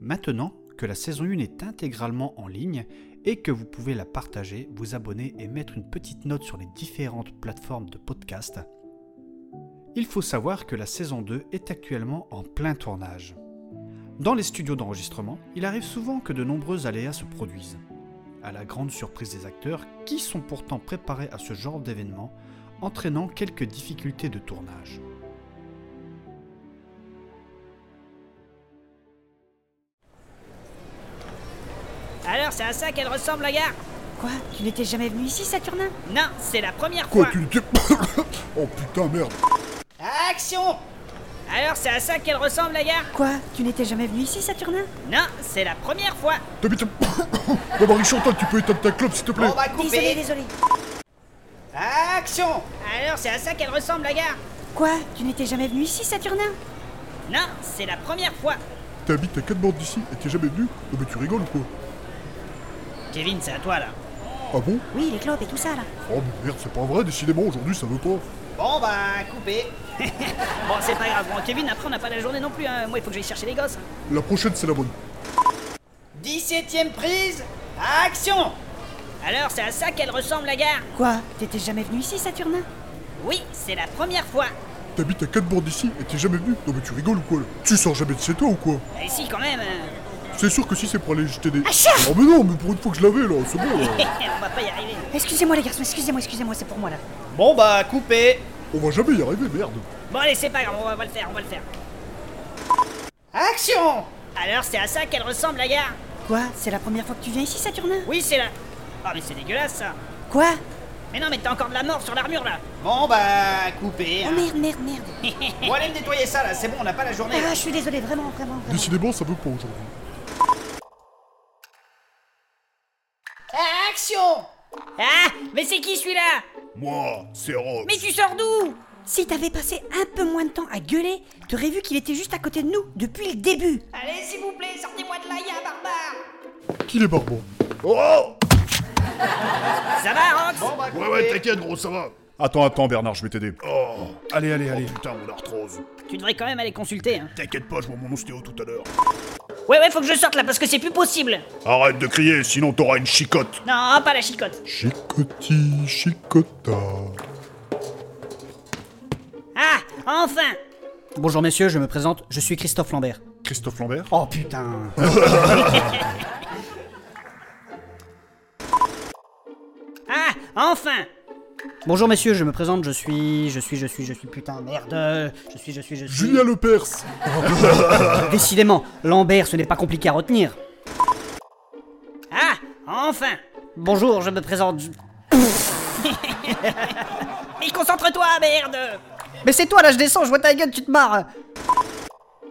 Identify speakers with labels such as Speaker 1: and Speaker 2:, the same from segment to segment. Speaker 1: Maintenant que la saison 1 est intégralement en ligne et que vous pouvez la partager, vous abonner et mettre une petite note sur les différentes plateformes de podcast, il faut savoir que la saison 2 est actuellement en plein tournage. Dans les studios d'enregistrement, il arrive souvent que de nombreux aléas se produisent. À la grande surprise des acteurs, qui sont pourtant préparés à ce genre d'événement, entraînant quelques difficultés de tournage.
Speaker 2: Alors, c'est à ça qu'elle ressemble, la gare
Speaker 3: Quoi Tu n'étais jamais venu ici, Saturnin
Speaker 2: Non, c'est la première
Speaker 4: Quoi
Speaker 2: fois
Speaker 4: tu tu- Oh putain merde
Speaker 2: Action Alors, c'est à ça qu'elle ressemble, la gare
Speaker 3: Quoi Tu n'étais jamais venu ici, Saturnin
Speaker 2: Non, c'est la première fois
Speaker 4: T'as mis ta... Bon Oh, Marie Chantal, tu peux éteindre ta clope s'il te plaît
Speaker 2: va
Speaker 3: Désolé, désolé.
Speaker 2: Action Alors, c'est à ça qu'elle ressemble, la gare
Speaker 3: Quoi Tu n'étais jamais venu ici, Saturnin
Speaker 2: Non, c'est la première fois
Speaker 4: T'habites à 4 bornes d'ici et t'es jamais venu Non mais tu rigoles ou quoi
Speaker 2: Kevin, c'est à toi, là
Speaker 4: Ah bon
Speaker 3: Oui, les clopes et tout ça, là.
Speaker 4: Oh mais merde, c'est pas vrai, décidément aujourd'hui ça veut pas.
Speaker 2: Bon, bah, coupé Bon, c'est pas grave. Bon, Kevin, après, on n'a pas la journée non plus, hein. Moi, il faut que j'aille chercher les gosses.
Speaker 4: La prochaine c'est la bonne.
Speaker 2: 17ème prise Action Alors, c'est à ça qu'elle ressemble, la gare
Speaker 3: Quoi T'étais jamais venu ici, Saturnin
Speaker 2: Oui, c'est la première fois
Speaker 4: T'habites à 4 bornes d'ici et t'es jamais venu Non mais tu rigoles ou quoi là Tu sors jamais de chez toi ou quoi
Speaker 2: Et Eh, si, quand même euh,
Speaker 4: C'est sûr que si c'est pour aller jeter des... Oh mais non, mais pour une fois que je l'avais là, c'est bon là.
Speaker 2: On va pas y arriver
Speaker 3: Excusez-moi, les garçons, excusez-moi, excusez-moi, c'est pour moi, là.
Speaker 5: Bon bah coupé
Speaker 4: On va jamais y arriver, merde
Speaker 2: Bon allez, c'est pas grave, on va, on va le faire, on va le faire.
Speaker 5: Action
Speaker 2: Alors c'est à ça qu'elle ressemble la gare
Speaker 3: Quoi C'est la première fois que tu viens ici, Saturnin
Speaker 2: Oui, c'est là. Oh mais c'est dégueulasse ça.
Speaker 3: Quoi
Speaker 2: Mais non, mais t'as encore de la mort sur l'armure là.
Speaker 5: Bon bah coupé
Speaker 3: Oh
Speaker 5: hein.
Speaker 3: merde, merde, merde.
Speaker 5: Bon allez me nettoyer ça là, c'est bon, on n'a pas la journée.
Speaker 3: Ah, je suis désolé, vraiment, vraiment, vraiment.
Speaker 4: Décidément ça veut pas aujourd'hui.
Speaker 5: Action
Speaker 2: Ah Mais c'est qui celui-là
Speaker 4: Moi, c'est Rob.
Speaker 2: Mais tu sors d'où
Speaker 3: Si t'avais passé un peu moins de temps à gueuler, t'aurais vu qu'il était juste à côté de nous depuis le début.
Speaker 2: Allez, s'il vous plaît, sortez-moi de là, y'a barbare
Speaker 4: Qui les barbant Oh
Speaker 2: Ça va, Rox
Speaker 5: Bon bah coupé.
Speaker 4: t'inquiète gros, ça va
Speaker 6: Attends, attends, Bernard, je vais t'aider.
Speaker 4: Oh
Speaker 6: Allez, allez, allez.
Speaker 4: putain mon arthrose
Speaker 2: Tu devrais quand même aller consulter. Hein.
Speaker 4: T'inquiète pas, je vois mon ostéo tout à l'heure.
Speaker 2: Ouais, ouais, faut que je sorte là parce que c'est plus possible.
Speaker 6: Arrête de crier, sinon t'auras une chicotte.
Speaker 2: Non, pas la chicotte.
Speaker 4: Chicoti, chicota.
Speaker 2: Ah Enfin
Speaker 5: Bonjour messieurs, je me présente, je suis Christophe Lambert.
Speaker 6: Christophe Lambert
Speaker 5: Oh putain
Speaker 2: Ah Enfin
Speaker 5: Bonjour messieurs, je me présente, je suis. je suis, je suis, je suis putain merde. euh, Je suis, je suis, je suis.
Speaker 4: Julien Lepers
Speaker 5: Décidément, Lambert, ce n'est pas compliqué à retenir.
Speaker 2: Ah Enfin
Speaker 5: Bonjour, je me présente. je-
Speaker 2: Mais concentre-toi, merde
Speaker 5: Mais c'est toi là, je descends, je vois ta gueule, tu te marres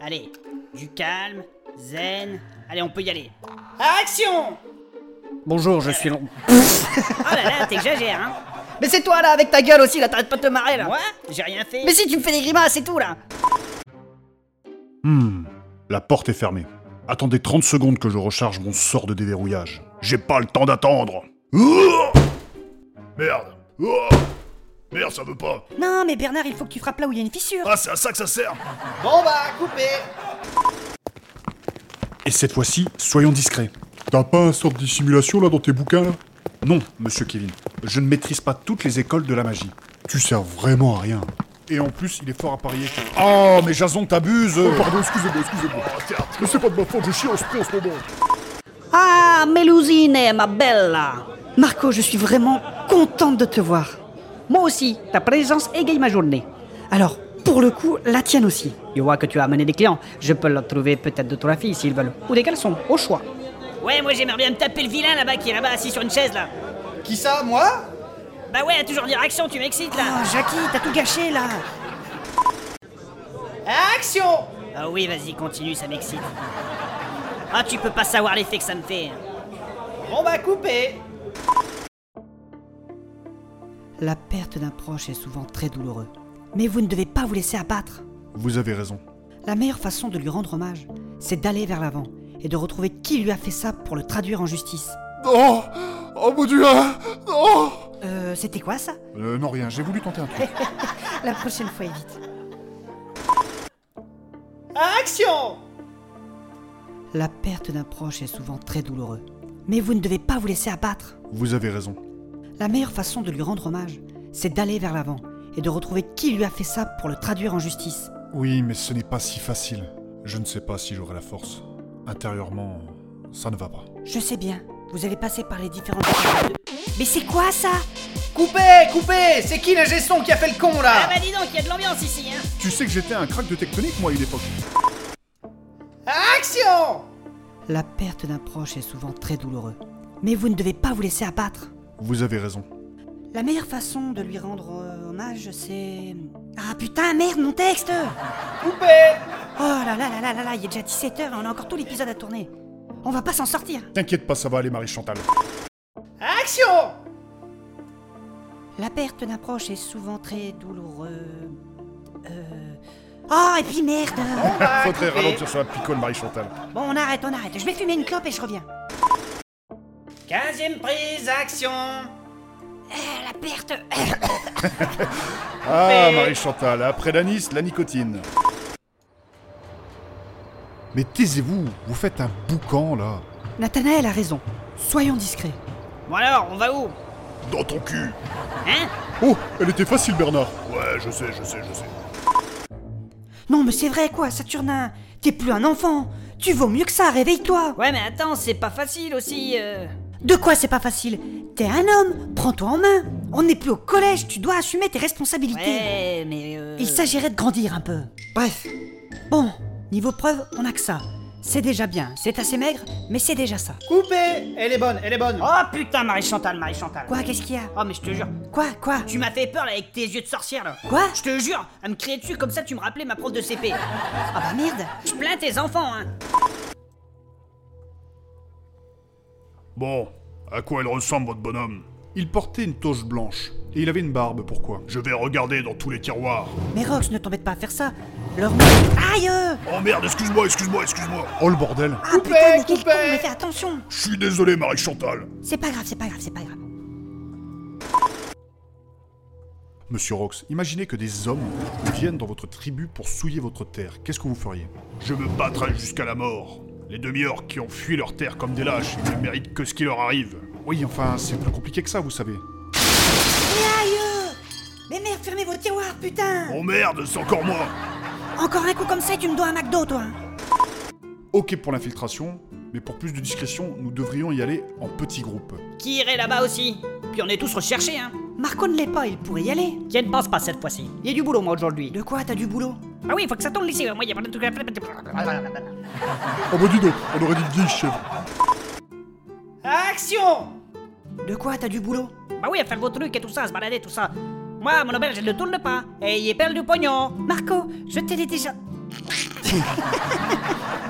Speaker 2: Allez, du calme, zen. Allez, on peut y aller.
Speaker 5: Action Bonjour, je suis. Lam-
Speaker 2: Oh là là, t'exagères, hein
Speaker 5: Mais c'est toi là, avec ta gueule aussi là, t'arrêtes pas de te marrer là
Speaker 2: Moi J'ai rien fait.
Speaker 5: Mais si tu me fais des grimaces, c'est tout là
Speaker 6: Hmm. La porte est fermée. Attendez 30 secondes que je recharge mon sort de déverrouillage. J'ai pas le temps d'attendre. Ouah Merde. Ouah Merde, ça veut pas.
Speaker 3: Non, mais Bernard, il faut que tu frappes là où il y a une fissure.
Speaker 6: Ah, c'est à ça que ça sert.
Speaker 5: Bon bah, coupé
Speaker 6: Et cette fois-ci, soyons discrets.
Speaker 4: T'as pas un sort de dissimulation là dans tes bouquins là
Speaker 6: Non, monsieur Kevin, je ne maîtrise pas toutes les écoles de la magie.
Speaker 4: Tu sers vraiment à rien.
Speaker 6: Et en plus, il est fort à parier. Oh, mais Jason, t'abuses
Speaker 4: Oh pardon, excusez-moi, excusez-moi. Ah, Mais c'est pas de ma faute, je chie en spray en ce moment.
Speaker 3: Ah, Mélusine, ma belle Marco, je suis vraiment contente de te voir.
Speaker 5: Moi aussi, ta présence égaye ma journée.
Speaker 3: Alors, pour le coup, la tienne aussi.
Speaker 5: Je vois que tu as amené des clients. Je peux leur trouver peut-être d'autres filles s'ils veulent. Ou des caleçons, au choix.
Speaker 2: Ouais, moi j'aimerais bien me taper le vilain là-bas qui est là-bas assis sur une chaise là.
Speaker 5: Qui ça, moi Ah.
Speaker 2: Bah ouais, à toujours dire action, tu m'excites là.
Speaker 3: Oh, Jackie, t'as tout gâché là
Speaker 5: Action
Speaker 2: Ah oui, vas-y, continue, ça m'excite. Ah, tu peux pas savoir l'effet que ça me fait.
Speaker 5: Bon bah, coupé
Speaker 3: La perte d'un proche est souvent très douloureuse. Mais vous ne devez pas vous laisser abattre.
Speaker 6: Vous avez raison.
Speaker 3: La meilleure façon de lui rendre hommage, c'est d'aller vers l'avant et de retrouver qui lui a fait ça pour le traduire en justice.
Speaker 6: Oh Oh mon dieu Oh
Speaker 3: Euh, c'était quoi ça
Speaker 6: Euh, non, rien, j'ai voulu tenter un truc.
Speaker 3: La prochaine fois, évite.
Speaker 5: Action
Speaker 3: La perte d'un proche est souvent très douloureuse. Mais vous ne devez pas vous laisser abattre.
Speaker 6: Vous avez raison.
Speaker 3: La meilleure façon de lui rendre hommage, c'est d'aller vers l'avant et de retrouver qui lui a fait ça pour le traduire en justice.
Speaker 6: Oui, mais ce n'est pas si facile. Je ne sais pas si j'aurai la force. Intérieurement, ça ne va pas.
Speaker 3: Je sais bien, vous allez passer par les différentes... étapes de- Mais c'est quoi ça
Speaker 7: Coupez, coupez C'est qui la gestion qui a fait le con
Speaker 2: Ah
Speaker 7: là
Speaker 2: bah dis donc, il y a de l'ambiance ici, hein
Speaker 6: Tu sais que j'étais un crack de tectonique, moi, à une époque.
Speaker 7: Action
Speaker 3: La perte d'un proche est souvent très douloureuse. Mais vous ne devez pas vous laisser abattre.
Speaker 6: Vous avez raison.
Speaker 3: La meilleure façon de lui rendre euh, hommage, c'est... Ah putain, merde, mon texte
Speaker 7: Coupez
Speaker 3: Oh là là là là là là, il est déjà 17h et on a encore tout l'épisode à tourner. On va pas s'en sortir.
Speaker 6: T'inquiète pas, ça va aller, Marie-Chantal.
Speaker 7: Action
Speaker 3: La perte d'un proche est souvent très douloureuse. Euh... Oh, et puis merde
Speaker 7: Ah,
Speaker 6: Faudrait
Speaker 7: coupez.
Speaker 6: ralentir sur la picole, Marie-Chantal.
Speaker 3: Bon, on arrête, on arrête. Je vais fumer une clope et je reviens.
Speaker 7: 15ème prise, action
Speaker 3: Euh, la perte...
Speaker 6: Ah, Marie-Chantal, après l'anis, la nicotine. Mais taisez-vous, vous faites un boucan, là.
Speaker 3: Nathanaël a raison. Soyons discrets.
Speaker 2: Bon alors, on va où
Speaker 6: Dans ton cul
Speaker 2: Hein
Speaker 6: Oh, elle était facile, Bernard. Ouais, je sais, je sais, je sais.
Speaker 3: Non, mais c'est vrai, quoi, Saturnin T'es plus un enfant Tu vaux mieux que ça, réveille-toi
Speaker 2: Ouais mais attends, c'est pas facile aussi, euh...
Speaker 3: De quoi c'est pas facile T'es un homme, prends-toi en main On n'est plus au collège, tu dois assumer tes responsabilités
Speaker 2: Ouais, mais euh...
Speaker 3: Il s'agirait de grandir un peu. Bref. Bon, niveau preuve, on a que ça. C'est déjà bien, c'est assez maigre, mais c'est déjà ça.
Speaker 7: Coupez Elle est bonne, elle est bonne
Speaker 2: Oh putain, Marie-Chantal, Marie-Chantal
Speaker 3: Quoi, qu'est-ce qu'il y a
Speaker 2: Oh mais je te jure,
Speaker 3: Quoi, quoi
Speaker 2: tu m'as fait peur là, avec tes yeux de sorcière là
Speaker 3: Quoi
Speaker 2: Je te jure, à me crier dessus comme ça, tu me rappelais ma prof de CP.
Speaker 3: Ah bah merde
Speaker 2: Je plains tes enfants, hein
Speaker 6: Bon, à quoi elle ressemble, votre bonhomme Il portait une toche blanche, et il avait une barbe, pourquoi Je vais regarder dans tous les tiroirs.
Speaker 3: Mais Rox, ne t'embête pas à faire ça. Leur Aïe euh
Speaker 6: Oh merde, excuse-moi, excuse-moi, excuse-moi Oh le bordel
Speaker 3: Ah putain, mais quel
Speaker 7: coupez
Speaker 3: con, mais fais attention
Speaker 6: Je suis désolé, Marie-Chantal
Speaker 3: C'est pas grave, c'est pas grave, c'est pas grave.
Speaker 6: Monsieur Rox, imaginez que des hommes viennent dans votre tribu pour souiller votre terre. Qu'est-ce que vous feriez Je me battrai jusqu'à la mort. Les demi-orques qui ont fui leur terre comme des lâches, ils ne méritent que ce qui leur arrive. Oui, enfin, c'est plus compliqué que ça, vous savez.
Speaker 3: Mais aïe euh Mais merde, fermez vos tiroirs, putain
Speaker 6: Oh merde, c'est encore moi
Speaker 3: Encore un coup comme ça et tu me dois un McDo, toi hein.
Speaker 6: Ok pour l'infiltration, mais pour plus de discrétion, nous devrions y aller en petits groupes.
Speaker 2: Qui irait là-bas aussi Puis on est tous recherchés, hein
Speaker 3: Marco ne l'est pas, il pourrait y aller.
Speaker 2: Qui ne pense pas cette fois-ci Il y a du boulot, moi, aujourd'hui.
Speaker 3: De quoi, t'as du boulot
Speaker 2: Ah oui, faut que ça tourne ici, moi, il y a pas de truc à faire.
Speaker 4: Ah bah dis donc, on aurait dit une vieille chèvre.
Speaker 7: Action
Speaker 3: De quoi, t'as du boulot
Speaker 2: Bah oui, à faire vos trucs et tout ça, à se balader, tout ça. Moi, mon auberge, elle ne tourne pas. Et il perd du pognon.
Speaker 3: Marco, je te l'ai déjà...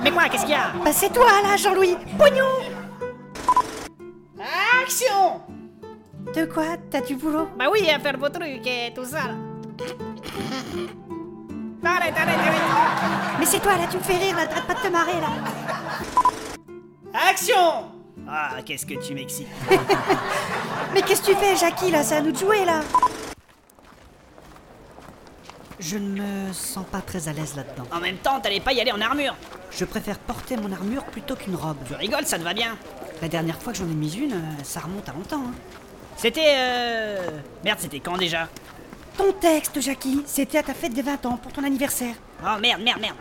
Speaker 2: Mais quoi, qu'est-ce qu'il y a
Speaker 3: Bah c'est toi, là, Jean-Louis Pognon
Speaker 7: Action
Speaker 3: De quoi, t'as du boulot
Speaker 2: Bah oui, à faire vos trucs et tout ça. là. Arrête, arrête, arrête.
Speaker 3: Mais c'est toi, là, tu me fais rire, là, t'arrêtes pas de te marrer, là
Speaker 7: Action
Speaker 2: Ah, qu'est-ce que tu m'excites.
Speaker 3: Mais qu'est-ce que tu fais, Jackie, là C'est à nous de jouer, là Je ne me sens pas très à l'aise là-dedans.
Speaker 2: En même temps, t'allais pas y aller en armure.
Speaker 3: Je préfère porter mon armure plutôt qu'une robe.
Speaker 2: Tu rigoles, ça te va bien.
Speaker 3: La dernière fois que j'en ai mis une, euh, ça remonte à longtemps. hein.
Speaker 2: C'était euh... Merde, c'était quand déjà
Speaker 3: Ton texte, Jackie, c'était à ta fête des 20 ans, pour ton anniversaire.
Speaker 2: Oh merde, merde, merde.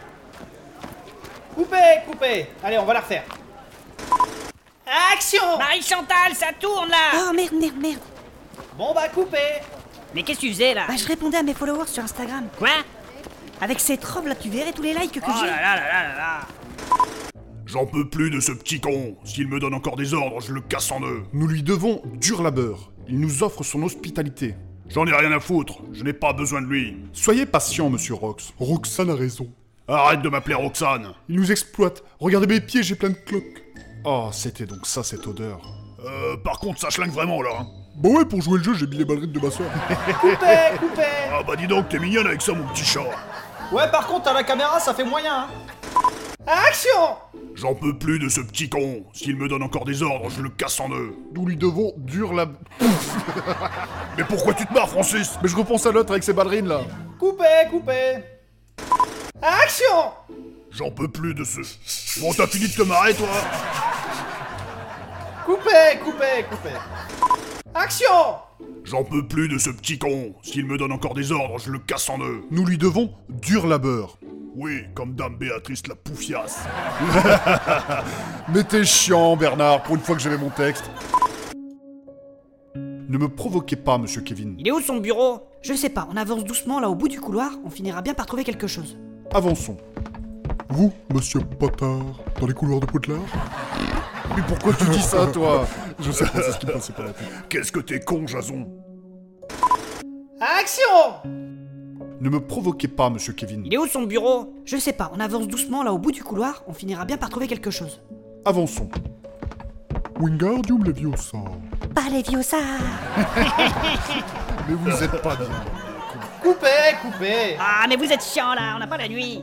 Speaker 7: Coupez, coupez Allez, on va la refaire. Action
Speaker 2: Marie Chantal, ça tourne là.
Speaker 3: Oh merde, merde, merde
Speaker 7: Bon bah coupez
Speaker 2: Mais qu'est-ce que tu faisais là
Speaker 3: Oh. Bah, je répondais à mes followers sur Instagram.
Speaker 2: Quoi
Speaker 3: Avec cette robe, là, tu verrais tous les likes que
Speaker 2: Oh
Speaker 3: j'ai.
Speaker 2: là là là là là là.
Speaker 6: J'en peux plus de ce petit con. S'il me donne encore des ordres, je le casse en deux. Nous lui devons dur labeur. Il nous offre son hospitalité. J'en ai rien à foutre. Je n'ai pas besoin de lui. Soyez patient, monsieur Rox.
Speaker 4: Roxane a raison.
Speaker 6: Arrête de m'appeler Roxane.
Speaker 4: Il nous exploite. Regardez mes pieds, j'ai plein de cloques.
Speaker 6: Oh, c'était donc ça cette odeur. Euh, par contre, ça schlingue vraiment là. hein.
Speaker 4: Bah ouais, pour jouer le jeu, j'ai mis les ballerines de ma soeur.
Speaker 7: Coupez, coupez
Speaker 6: Ah bah dis donc, t'es mignonne avec ça, mon petit chat.
Speaker 7: Ouais, par contre, à la caméra, ça fait moyen, hein Action
Speaker 6: J'en peux plus de ce petit con. S'il me donne encore des ordres, je le casse en deux.
Speaker 4: Nous lui devons dur la...
Speaker 6: Mais pourquoi tu te marres, Francis
Speaker 4: Mais je repense à l'autre avec ses ballerines là.
Speaker 7: Coupez, coupez Action
Speaker 6: J'en peux plus de ce. Bon, t'as fini de te marrer, toi
Speaker 7: Coupez, coupez, coupez. Action
Speaker 6: J'en peux plus de ce petit con S'il me donne encore des ordres, je le casse en deux
Speaker 4: Nous lui devons dur labeur.
Speaker 6: Oui, comme Dame Béatrice la poufiasse
Speaker 4: Mais t'es chiant, Bernard, pour une fois que j'avais mon texte. Ne me provoquez pas, monsieur Kevin.
Speaker 2: Il est où son bureau
Speaker 3: Je sais pas, on avance doucement là au bout du couloir, on finira bien par trouver quelque chose.
Speaker 4: Avançons. Vous, monsieur Potard, dans les couloirs de Poudlard Mais pourquoi tu dis ça, toi Je sais pas, c'est ce qui me passait par la tête.
Speaker 6: Qu'est-ce que t'es con, Jason
Speaker 7: Action
Speaker 4: Ne me provoquez pas, monsieur Kevin.
Speaker 2: Il est où son bureau
Speaker 3: Je sais pas, on avance doucement là au bout du couloir, on finira bien par trouver quelque chose.
Speaker 4: Avançons. Wingardium Leviosa.
Speaker 3: Pas les vieux ça
Speaker 4: Mais vous êtes pas bien.
Speaker 7: Coupez, coupez
Speaker 2: Ah, mais vous êtes chiant là, on n'a pas la nuit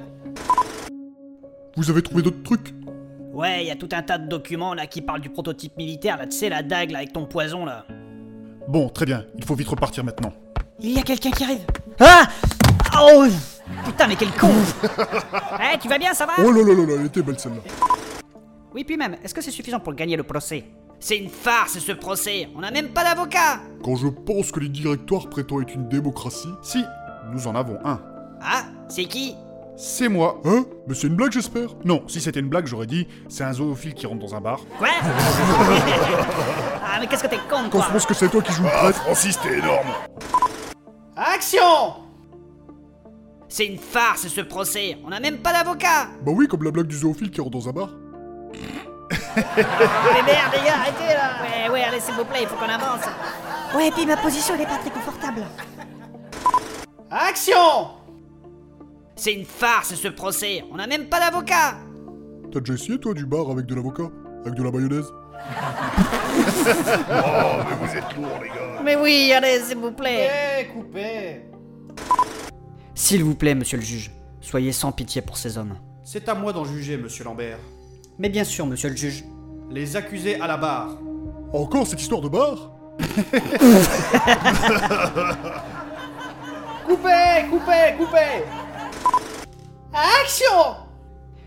Speaker 4: Vous avez trouvé d'autres trucs
Speaker 2: Ouais, il y a tout un tas de documents là qui parlent du prototype militaire là, tu sais, la dague là avec ton poison là.
Speaker 4: Bon, très bien, il faut vite repartir maintenant.
Speaker 3: Il y a quelqu'un qui arrive. Ah Oh
Speaker 2: Putain, mais quel con Eh, tu vas bien, ça va
Speaker 4: Oh là là là là, elle était belle celle-là.
Speaker 2: Oui, puis même, est-ce que c'est suffisant pour gagner le procès C'est une farce ce procès, on n'a même pas d'avocat
Speaker 4: Quand je pense que les directoires prétendent être une démocratie. Si, nous en avons un.
Speaker 2: Ah, c'est qui
Speaker 4: C'est moi. Hein Mais c'est une blague, j'espère Non, si c'était une blague, j'aurais dit c'est un zoophile qui rentre dans un bar.
Speaker 2: Quoi Ah, mais qu'est-ce que t'es con,
Speaker 4: Quand
Speaker 2: quoi
Speaker 4: je pense que c'est toi qui joues le
Speaker 6: Ah,
Speaker 4: prêtre.
Speaker 6: Francis, t'es énorme
Speaker 7: Action
Speaker 2: C'est une farce ce procès, on n'a même pas d'avocat
Speaker 4: Bah oui, comme la blague du zoophile qui rentre dans un bar.
Speaker 2: Mais merde, les gars, arrêtez là Ouais, ouais, allez, s'il vous plaît, il faut qu'on avance
Speaker 3: Ouais, et puis ma position elle est pas très confortable.
Speaker 7: Action
Speaker 2: C'est une farce ce procès, on n'a même pas d'avocat
Speaker 4: T'as déjà essayé, toi, du bar avec de l'avocat Avec de la mayonnaise
Speaker 6: Oh, mais vous êtes lourds, les gars
Speaker 2: Mais oui, allez, s'il vous plaît
Speaker 7: Coupez, coupez
Speaker 2: S'il vous plaît, monsieur le juge, soyez sans pitié pour ces hommes.
Speaker 8: C'est à moi d'en juger, monsieur Lambert.
Speaker 2: Mais bien sûr, monsieur le juge.
Speaker 8: Les accusés à la barre.
Speaker 4: Encore cette histoire de bar
Speaker 7: Coupez, coupez, coupez Action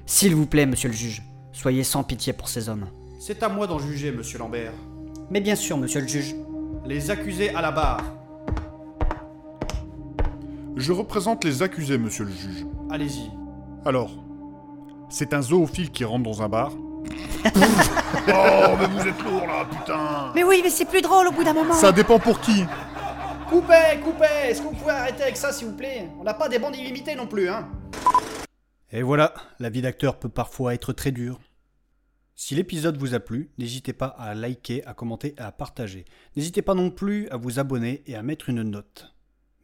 Speaker 2: S'il vous plaît, monsieur le juge, soyez sans pitié pour ces hommes.
Speaker 8: C'est à moi d'en juger, monsieur Lambert.
Speaker 2: Mais bien sûr, monsieur le juge.
Speaker 8: Les accusés à la barre.
Speaker 4: Je représente les accusés, monsieur le juge.
Speaker 8: Allez-y.
Speaker 4: Alors, c'est un zoophile qui rentre dans un bar.
Speaker 6: Oh, mais vous êtes lourds, là, putain
Speaker 3: Mais oui, mais c'est plus drôle au bout d'un moment.
Speaker 4: Ça dépend pour qui
Speaker 7: Coupez, coupez Est-ce que vous pouvez arrêter avec ça, s'il vous plaît On n'a pas des bandes illimitées non plus, hein
Speaker 1: Et voilà, la vie d'acteur peut parfois être très dure. Si l'épisode vous a plu, n'hésitez pas à liker, à commenter et à partager. N'hésitez pas non plus à vous abonner et à mettre une note.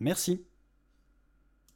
Speaker 1: Merci.